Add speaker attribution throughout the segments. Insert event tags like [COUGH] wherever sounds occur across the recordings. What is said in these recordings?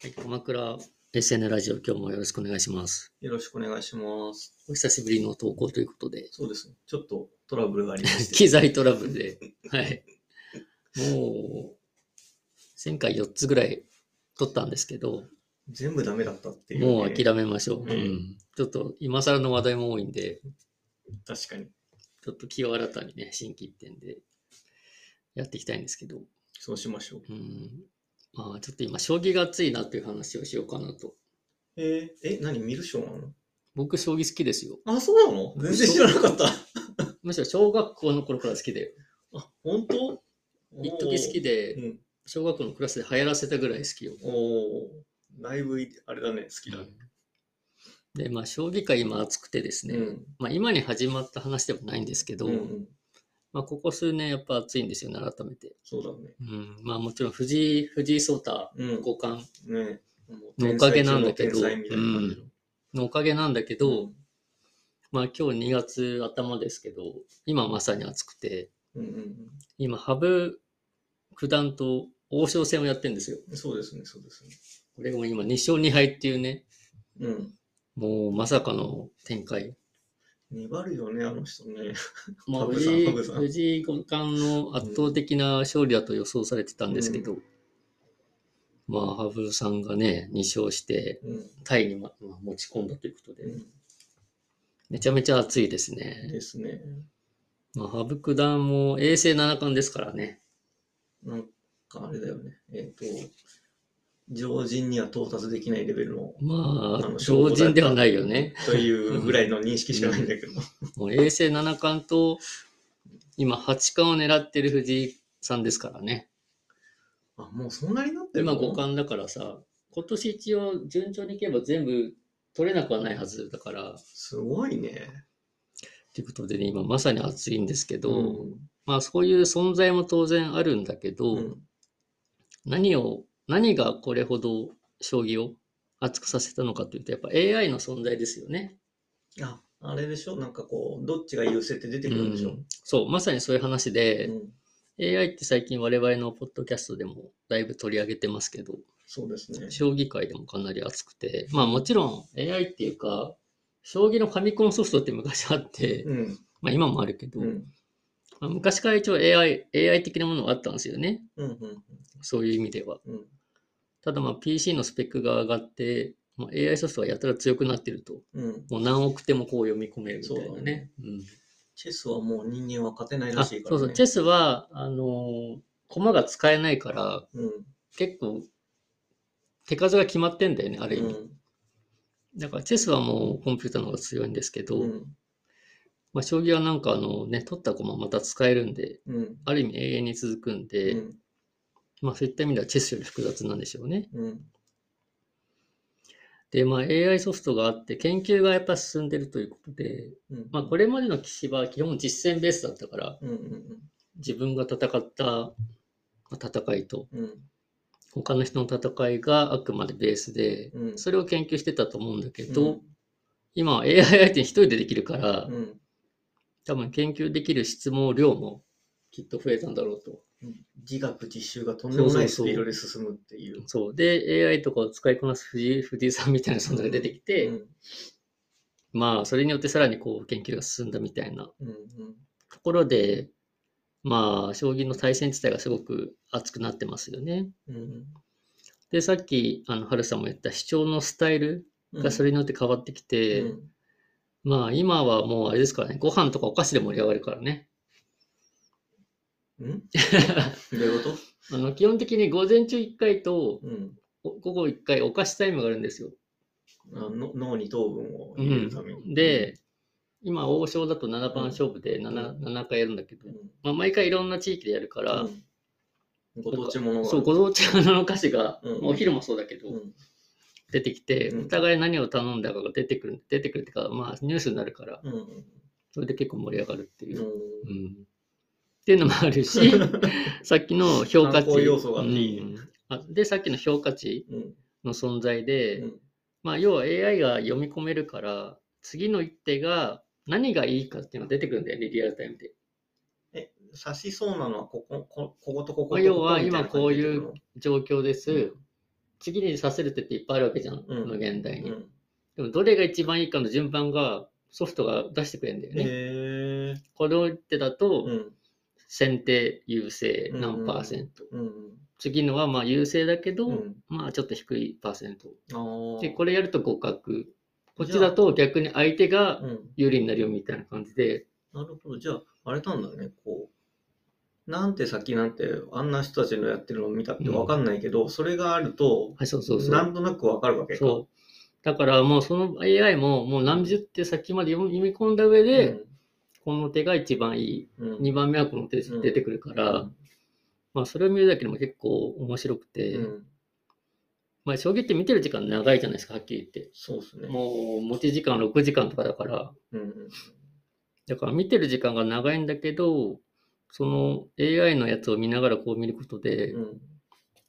Speaker 1: はい、鎌倉 SN ラジオ、今日もよろしくお願いします。
Speaker 2: よろしくお願いします。
Speaker 1: お久しぶりの投稿ということで、
Speaker 2: そうですね。ちょっとトラブルがありまして。
Speaker 1: 機材トラブルで、はい。もう、前回4つぐらい撮ったんですけど、
Speaker 2: 全部ダメだったっていう、ね。
Speaker 1: もう諦めましょう。う
Speaker 2: ええ
Speaker 1: ん、ちょっと今更の話題も多いんで、
Speaker 2: 確かに。
Speaker 1: ちょっと気を新たにね、新規一点でやっていきたいんですけど、
Speaker 2: そうしましょう。
Speaker 1: うん、まあちょっと今、将棋が熱いなっていう話をしようかなと。
Speaker 2: えー、え、何見る賞なの
Speaker 1: 僕、将棋好きですよ。
Speaker 2: あ、そうなの全然知らなかった。
Speaker 1: むしろ小学校の頃から好きで、
Speaker 2: あ、本当
Speaker 1: 一時好きで
Speaker 2: で。う、ん。
Speaker 1: 小学校のクラスで流行らせたぐらい好きよ。
Speaker 2: おーだいぶい、あれだね、好きだ。
Speaker 1: で、まあ、将棋界今熱くてですね、
Speaker 2: うん。
Speaker 1: まあ、今に始まった話ではないんですけど、
Speaker 2: うんうん。
Speaker 1: まあ、ここ数年やっぱ熱いんですよね、改めて。
Speaker 2: そうだね。
Speaker 1: うん、まあ、もちろん藤井、藤井聡太
Speaker 2: うん。
Speaker 1: 五冠
Speaker 2: ね
Speaker 1: のおかげなんだけど
Speaker 2: 天才中の天才みたいな感じの
Speaker 1: のおかげなんだけど、
Speaker 2: うん
Speaker 1: まあ、今日2月頭ですけど、今まさに熱くて、
Speaker 2: うんうん
Speaker 1: 今、羽生九段と王将戦をやってるんですよ。
Speaker 2: うん。そうですね、そうですね。
Speaker 1: これがもう今2勝2敗っていうね、
Speaker 2: うん。
Speaker 1: もうまさかの展開。
Speaker 2: 粘るよね、あの人ね。
Speaker 1: まあ、
Speaker 2: 羽生さん
Speaker 1: 藤井
Speaker 2: 羽生さん
Speaker 1: 藤井五冠の圧倒的な勝利だと予想されてたんですけど、まあ、羽生さんがね、2勝して、
Speaker 2: うん。
Speaker 1: タイに、ままあ持ち込んだということで、
Speaker 2: う
Speaker 1: めちゃめちゃ熱いです
Speaker 2: ん、
Speaker 1: ね。
Speaker 2: ですね。
Speaker 1: まあ、羽生九段も永世七冠ですからね。
Speaker 2: なんかあれだよね。えっ、と、常人には到達できないレベルの、
Speaker 1: ま
Speaker 2: あ
Speaker 1: あ、
Speaker 2: の
Speaker 1: 常人ではないよね。
Speaker 2: というぐらいの認識しかないんだけど。
Speaker 1: もう永世七冠と、今、八冠を狙ってる藤井さんですからね。
Speaker 2: あ、もうそんなになってる
Speaker 1: 今
Speaker 2: の
Speaker 1: 五。冠だからさ、今年一応順調にいけば全部取れなくはないはずだから、
Speaker 2: すごいね。
Speaker 1: ということでね、今まさに熱いんですけど、
Speaker 2: うん
Speaker 1: まあそういう存在も当然あるんだけど、
Speaker 2: うん
Speaker 1: 何を、何がこれほど将棋を熱くさせたのかというと、やっぱ AI の存在ですよね。
Speaker 2: あ、あれでしょなんかこう、どっちが優勢って出てくるんでしょ、
Speaker 1: うんそう、まさにそういう話
Speaker 2: う
Speaker 1: で、
Speaker 2: ん
Speaker 1: AI って最近我々のポッドキャストでもだいぶ取り上げてますけど、
Speaker 2: そうですね。
Speaker 1: 将棋界でもかなり熱くて、まあもちろん AI っていうか、将棋のファミコンソフトって昔あって、
Speaker 2: うん。
Speaker 1: まあ今もあるけど、
Speaker 2: うん。
Speaker 1: まあ昔から一応 AI、AI 的なものがあったんですよね。
Speaker 2: うん。うん。
Speaker 1: そういう意味では。
Speaker 2: うん。
Speaker 1: ただまあ PC のスペックが上がって、まあ、AI ソフトがやたら強くなってると、
Speaker 2: うん。
Speaker 1: もう何億手もこう読み込めるみたい
Speaker 2: そう
Speaker 1: なね
Speaker 2: だね。
Speaker 1: うん
Speaker 2: チェスはもう人間は勝てないら
Speaker 1: あ
Speaker 2: しいから、
Speaker 1: そう
Speaker 2: ね。
Speaker 1: そう、チェスは、あのー駒が使えないから、
Speaker 2: うん。
Speaker 1: 結構、手数が決まってんだよね、ある意味。だからチェスはもうコンピューターの方が強いんですけど、
Speaker 2: うん。うん。
Speaker 1: まあ、将棋はなんかあのね、取った駒また使えるんで、
Speaker 2: うん。
Speaker 1: ある意味永遠に続くんで、
Speaker 2: うん。
Speaker 1: まあそういった意味ではチェスより複雑なんでしょうね。
Speaker 2: うん。
Speaker 1: で、まあ AI ソフトがあって、研究がやっぱ進んでるということで、
Speaker 2: うん。
Speaker 1: まあ、これまでの棋士は基本実戦ベースだったから、
Speaker 2: うん。うん。
Speaker 1: 自分が戦ったまあ戦いと、
Speaker 2: うん。
Speaker 1: 他の人の戦いがあくまでベースで、
Speaker 2: うん。
Speaker 1: それを研究してたと思うんだけど、
Speaker 2: うん
Speaker 1: 今は AI 相手に一人でできるから、
Speaker 2: うん。
Speaker 1: 多分研究できる質も量もきっと増えたんだろうと。
Speaker 2: 自学実習がとんでもないスピードで進むっていう。
Speaker 1: そう。で、AI とかを使いこなす藤井藤井さんみたいな存在が出てきて、
Speaker 2: うん
Speaker 1: まあ、それによってさらにこう研究が進んだみたいな
Speaker 2: うん
Speaker 1: ところで、まあ、将棋の対戦自体がすごく熱くなってますよね。
Speaker 2: うん
Speaker 1: で、さっき、あの、春さんも言った主張のスタイル
Speaker 2: うん
Speaker 1: がそれによって変わってきて、
Speaker 2: うん
Speaker 1: まあ、今はもうあれですからね、ご飯とかお菓子で盛り上がるからね。 [LAUGHS]
Speaker 2: うんどういうこと
Speaker 1: あの、基本的に午前中1回と
Speaker 2: うん
Speaker 1: お午後1回お菓子タイムがあるんですよ。
Speaker 2: あの脳に糖分を入れるために。
Speaker 1: で、今、王将だと7番勝負で 7, 7回やるんだけど
Speaker 2: うん、、
Speaker 1: まあ、毎回いろんな地域でやるから、
Speaker 2: うんご当地ものが。
Speaker 1: そう、ご当地のお菓子が、
Speaker 2: うん
Speaker 1: まあお昼もそうだけど、
Speaker 2: うん
Speaker 1: 出てきて、
Speaker 2: うん
Speaker 1: お互い何を頼んだかが出てくる、出てくるっていうか、まあ、ニュースになるから、
Speaker 2: うん
Speaker 1: それで結構盛り上がるっていうう。うんんっていうのもある
Speaker 2: [LAUGHS]
Speaker 1: し、さっきの評価
Speaker 2: 観光
Speaker 1: 値。
Speaker 2: 要素があっていいね
Speaker 1: うんあで、さっきの評価値
Speaker 2: うん
Speaker 1: の存在で、
Speaker 2: うん
Speaker 1: まあ、要は AI が読み込めるから、次の一手が何がいいかっていうのが出てくるんだよね、リアルタイムで。
Speaker 2: 刺しそうなのはここ、ここことここと
Speaker 1: ま
Speaker 2: ここ
Speaker 1: あ
Speaker 2: みたい
Speaker 1: 要は
Speaker 2: な感じで出てくるの
Speaker 1: 状況です。
Speaker 2: うん
Speaker 1: 次にさせる手っていっぱいあるわけじゃん、こ
Speaker 2: うん
Speaker 1: の現代に。
Speaker 2: うん
Speaker 1: でも、どれが一番いいかの順番がソフトが出してくれるんだよね。
Speaker 2: へえ。
Speaker 1: これを言ってだと、
Speaker 2: うん。
Speaker 1: 先手優勢何パーセント。
Speaker 2: うん。
Speaker 1: 次のはまあ優勢だけど、
Speaker 2: うん。
Speaker 1: まあちょっと低いパーセント。
Speaker 2: あー
Speaker 1: で、これやると互角。こっちだと逆に相手が
Speaker 2: うん。
Speaker 1: 有利になるよみたいな感じで、
Speaker 2: なるほど。じゃあ、あれなんだね、こう。なんて先なんて、あんな人たちのやってるのを見たってわかんないけど、それがあると、
Speaker 1: はい、そうそうそ
Speaker 2: なん
Speaker 1: う。
Speaker 2: となくわかるわけか。
Speaker 1: そう。だからもうその AI ももう何十手先まで読み込んだ上
Speaker 2: う
Speaker 1: で、
Speaker 2: ん。
Speaker 1: この手が一番い
Speaker 2: うん。
Speaker 1: い、2番目はこの手
Speaker 2: うん
Speaker 1: 出てくるから、まあそれを見るだけでも結構面白くて、
Speaker 2: うん。
Speaker 1: まあ将棋って見てる時間長いじゃないですか、はっきり言って。
Speaker 2: そうですね。
Speaker 1: もう持ち時間6時間とかだから、
Speaker 2: うんうん。
Speaker 1: だから見てる時間が長いんだけど、その AI のやつを見ながらこう見ることで、
Speaker 2: うん。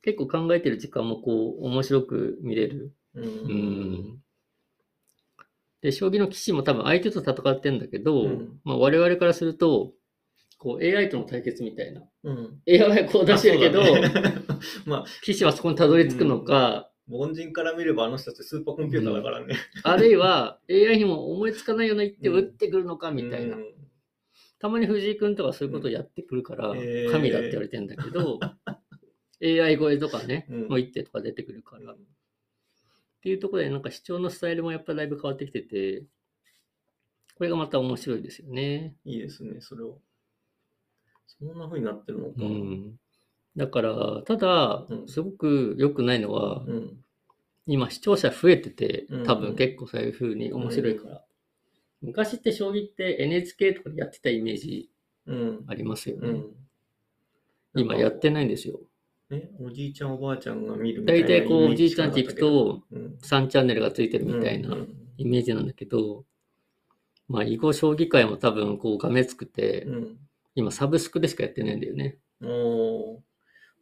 Speaker 1: 結構考えてる時間もこう面白く見れる。
Speaker 2: う。
Speaker 1: うんん。で、将棋の棋士も多分相手と戦ってんだけど、
Speaker 2: うん
Speaker 1: まあ我々からすると、こう AI との対決みたいな。
Speaker 2: うん。
Speaker 1: AI はこう出してるけど、
Speaker 2: あそうだ
Speaker 1: [LAUGHS]
Speaker 2: ねまあ、
Speaker 1: 棋士はそこにたどり着くのか、
Speaker 2: 凡人から見ればあの人たちスーパーコンピューターだからね。
Speaker 1: あるいは AI にも思いつかないような一手を打ってくるのかみたいな。
Speaker 2: うん。
Speaker 1: たまに藤井君とかそういうことをやってくるから、
Speaker 2: うんへー
Speaker 1: 神だって言われてんだけ
Speaker 2: [LAUGHS]
Speaker 1: ど、AI 超えとかね、
Speaker 2: うん
Speaker 1: もう一手とか出てくるから。っていうところで、なんか視聴のスタイルもやっぱりだいぶ変わってきてて、これがまた面白いですよね。
Speaker 2: いいですね、それを。そんな風になってるのか。
Speaker 1: うん。だから、ただ
Speaker 2: う、ん
Speaker 1: すごく良くないのは、
Speaker 2: うん。
Speaker 1: 今視聴者増えてて
Speaker 2: うん、
Speaker 1: 多分結構そういう風に面白いから。昔って将棋って NHK とかでやってたイメージ
Speaker 2: うん。
Speaker 1: ありますよ
Speaker 2: う
Speaker 1: ね。
Speaker 2: ん。
Speaker 1: 今やって
Speaker 2: ん
Speaker 1: ないんですよ。
Speaker 2: ね、おじいちゃんおばあちゃんが見るみ
Speaker 1: 大体こう、
Speaker 2: イメ
Speaker 1: お
Speaker 2: ー
Speaker 1: じ
Speaker 2: ジ
Speaker 1: いちゃんって行くと、
Speaker 2: うん、
Speaker 1: 3チャンネルがついてるみたいな
Speaker 2: うん
Speaker 1: イメージなんだけど、まあ、囲碁将棋界も多分こう、がめつくて
Speaker 2: う、ん。
Speaker 1: 今サブスクでしかやってないんだよね。
Speaker 2: うんおー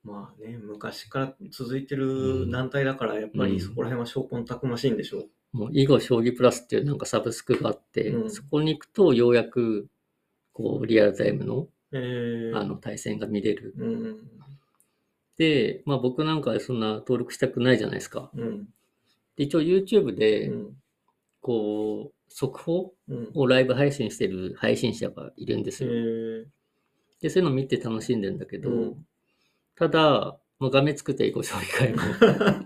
Speaker 2: まあね、昔から続いて
Speaker 1: う
Speaker 2: る
Speaker 1: ん
Speaker 2: 団体だから、やっぱりそこら辺は証拠たくましいんでしょ
Speaker 1: もう、囲碁将棋プラスっていうなんかサブスクがあって、
Speaker 2: うん
Speaker 1: そこに行くとようやく、こう、リアルタイムの、
Speaker 2: う。えー、
Speaker 1: あの、対戦が見れる。
Speaker 2: うん、
Speaker 1: で、まあ僕なんかそんな登録したくないじゃないですか。
Speaker 2: うん、
Speaker 1: で、一応 YouTube
Speaker 2: う
Speaker 1: で、
Speaker 2: ん、
Speaker 1: こう、速報
Speaker 2: うん。
Speaker 1: をライブ配信してる配信者がいるんです
Speaker 2: え
Speaker 1: よ。
Speaker 2: ー、
Speaker 1: で、そういうの見て楽しんでんだけど、
Speaker 2: うん
Speaker 1: ただ、まあ、画面作っていこう、紹介も。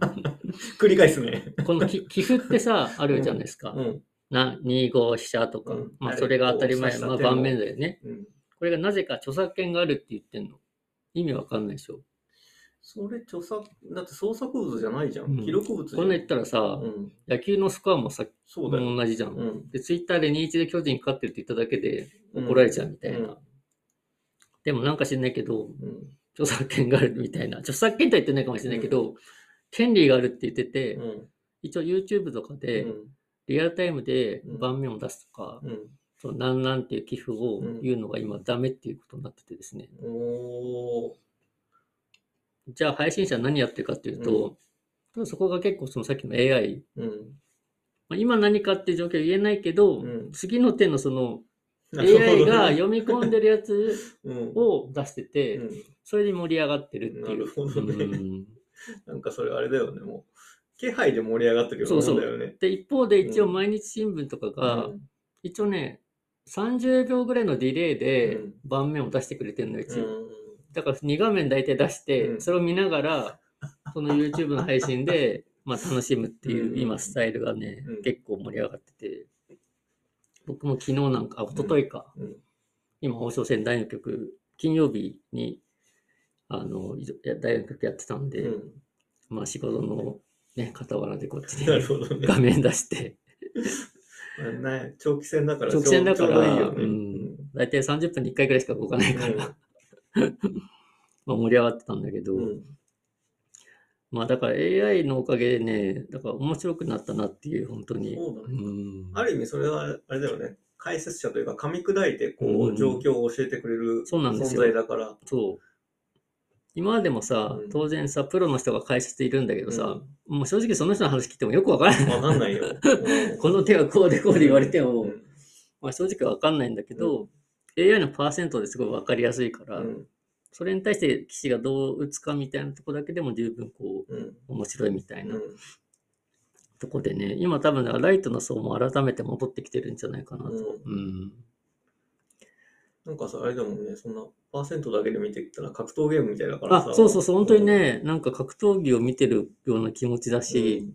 Speaker 2: [LAUGHS] 繰り返す
Speaker 1: [LAUGHS]
Speaker 2: ね。
Speaker 1: このき寄付ってさ、あるじゃないですか。
Speaker 2: うん、
Speaker 1: な2五飛車とか、
Speaker 2: うん
Speaker 1: まあ、それが当たり前、
Speaker 2: あれこう
Speaker 1: まあ、盤面だよね。
Speaker 2: うん。
Speaker 1: これがなぜか著作権があるって言ってんの。意味わかんないでしょ。
Speaker 2: それ著作、だって創作物じゃないじゃ
Speaker 1: うん
Speaker 2: ん。記録物じゃ
Speaker 1: こんなん言ったらさ、
Speaker 2: うん、
Speaker 1: 野球のスコアもさっき
Speaker 2: そうだよ。
Speaker 1: も同じじゃん。
Speaker 2: うん、
Speaker 1: で、ツイッターで2-1で巨人勝ってるって言っただけで怒られちゃうみたいな。
Speaker 2: うん
Speaker 1: でもなんか知んないけど、
Speaker 2: うん、
Speaker 1: 著作権があるみたいな。著作権とは言ってないかもしれないけど、権利があるって言ってて、
Speaker 2: うん、
Speaker 1: 一応 YouTube とかで、
Speaker 2: うん
Speaker 1: リアルタイムで
Speaker 2: うん
Speaker 1: 盤面を出すとか、
Speaker 2: うん。
Speaker 1: そのなんなんっていう寄付を
Speaker 2: うん
Speaker 1: 言うのが今ダメっていうことになっててですね。
Speaker 2: おー
Speaker 1: じゃあ配信者は何やってるかっていうと、
Speaker 2: う
Speaker 1: ただそこが結構そのさっきの AI、
Speaker 2: うん。
Speaker 1: まあ、今何かっていう状況は言えないけど、
Speaker 2: うん
Speaker 1: 次の手のその
Speaker 2: なるほどね
Speaker 1: AI が読み込んでるやつ
Speaker 2: うん
Speaker 1: を出してて、
Speaker 2: うん
Speaker 1: それで盛り上がってるって
Speaker 2: ないる
Speaker 1: う。
Speaker 2: ほどね。
Speaker 1: うん
Speaker 2: なんかそれあれだよね、もう。気配で盛り上がってるようなもんだよね。
Speaker 1: で、一方で一応
Speaker 2: うん
Speaker 1: 毎日新聞とか
Speaker 2: う
Speaker 1: が、
Speaker 2: ん
Speaker 1: 一応ね、30秒ぐらいのディレイで
Speaker 2: うん
Speaker 1: 盤面を出してくれてるの、一応。
Speaker 2: うん
Speaker 1: だから2画面大体出して、
Speaker 2: うん
Speaker 1: それを見ながら、その YouTube の配信で、まあ楽しむっていううん今スタイルがね、
Speaker 2: うん
Speaker 1: 結構盛り上がってて、僕も昨日なんか、あ、一昨日か、
Speaker 2: うん
Speaker 1: 今、王将戦第の局、金曜日に、あの、いや第の局やってたんで、
Speaker 2: うん
Speaker 1: まあ仕事のね、傍らでこっち
Speaker 2: な
Speaker 1: で
Speaker 2: るほどね
Speaker 1: 画。面出して、
Speaker 2: ね長期戦だから、
Speaker 1: 直線だから、
Speaker 2: ちょうどいいよ
Speaker 1: う
Speaker 2: ね。
Speaker 1: ん、大体30分に1回ぐらいしか動かないから、
Speaker 2: うん
Speaker 1: まあ盛り上がってたんだけど、
Speaker 2: うん
Speaker 1: まあだから AI のおかげでね、だから面白くなったなっていう、本当に。
Speaker 2: そうだね
Speaker 1: ん
Speaker 2: ある意味、それはあれだよね。解説者というか、噛み砕いて、
Speaker 1: う
Speaker 2: こ
Speaker 1: ん
Speaker 2: う、状況を教えてくれる
Speaker 1: そうなん
Speaker 2: 存
Speaker 1: ですよ
Speaker 2: 在だから。
Speaker 1: そう。今までもさ
Speaker 2: うん、
Speaker 1: 当然さ、プロの人が解説いるんだけどさ、
Speaker 2: う
Speaker 1: もう正直その人の話聞いてもよくわからない。 [LAUGHS]
Speaker 2: んわかんないよ。
Speaker 1: この手はこうでこうで言われても、
Speaker 2: うん
Speaker 1: まあ、正直わかんないんだけど、AI のパーセントですごいわかりやすいから、
Speaker 2: うん
Speaker 1: それに対して棋士がどう打つかみたいなとこだけでも十分こう
Speaker 2: うん
Speaker 1: 面白いみたいな
Speaker 2: うん
Speaker 1: とこでね、今多分だからライトの層も改めて戻ってきてるんじゃないかなと。
Speaker 2: うん
Speaker 1: うん。
Speaker 2: なんかさ、あれでもんね、そんな、パーセントだけで見てったら格闘ゲームみたいだから
Speaker 1: あ
Speaker 2: さ。、
Speaker 1: そうそうそう、本当にね、なんか格闘技を見てるような気持ちだ
Speaker 2: うん、
Speaker 1: し、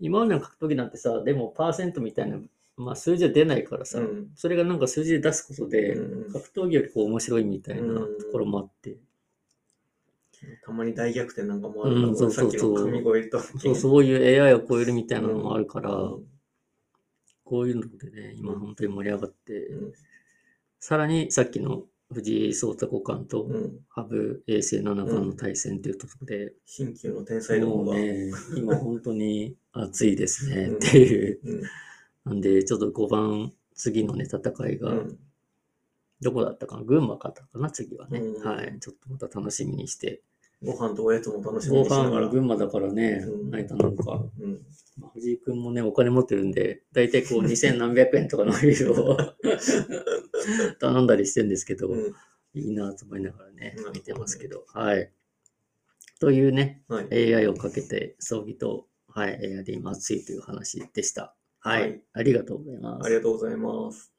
Speaker 1: 今までの格闘技なんてさ、でもパーセントみたいな、まあ数字は出ないからさ、
Speaker 2: うん。
Speaker 1: それがなんか数字で出すことで、
Speaker 2: うん
Speaker 1: 格闘技よりこう面白いみたいなところもあって、
Speaker 2: たまに大逆転なんかもあるから、
Speaker 1: うんそうそうそう
Speaker 2: さっきの神声とかね
Speaker 1: そうそういう AI を超えるみたいなのもあるから、
Speaker 2: うん
Speaker 1: こういうのでね、今本当に盛り上がって、
Speaker 2: うん
Speaker 1: さらにさっきの藤井聡太五冠と
Speaker 2: うん
Speaker 1: 羽生永世七冠の対戦というところで、
Speaker 2: 新旧の天才ど
Speaker 1: も
Speaker 2: も
Speaker 1: う
Speaker 2: が。
Speaker 1: ね、今本当に熱いですね
Speaker 2: うん
Speaker 1: っていう。
Speaker 2: うん
Speaker 1: なんで、ちょっと5番、次のね、戦いが、
Speaker 2: うん
Speaker 1: どこだったかな、群馬かったかな、次はね。
Speaker 2: うん
Speaker 1: はい。ちょっとまた楽しみにして。
Speaker 2: ご飯とおやつも楽しみ
Speaker 1: 後
Speaker 2: にしな
Speaker 1: 半
Speaker 2: がら。
Speaker 1: は群馬だからね
Speaker 2: う、ん
Speaker 1: 成田なんか、
Speaker 2: うん
Speaker 1: まあ藤井君もね、お金持ってるんで、大体
Speaker 2: [LAUGHS]
Speaker 1: こう、2000何百円とかのビールを頼んだりしてるんですけど、
Speaker 2: うん
Speaker 1: いいなと思いながらね
Speaker 2: うん、
Speaker 1: 見てますけど。はい。というね、
Speaker 2: はい。
Speaker 1: AI をかけて、葬儀と、はい、AI で今熱いという話でした。は
Speaker 2: はい
Speaker 1: い。ありがとうございます
Speaker 2: あり。がとうございます。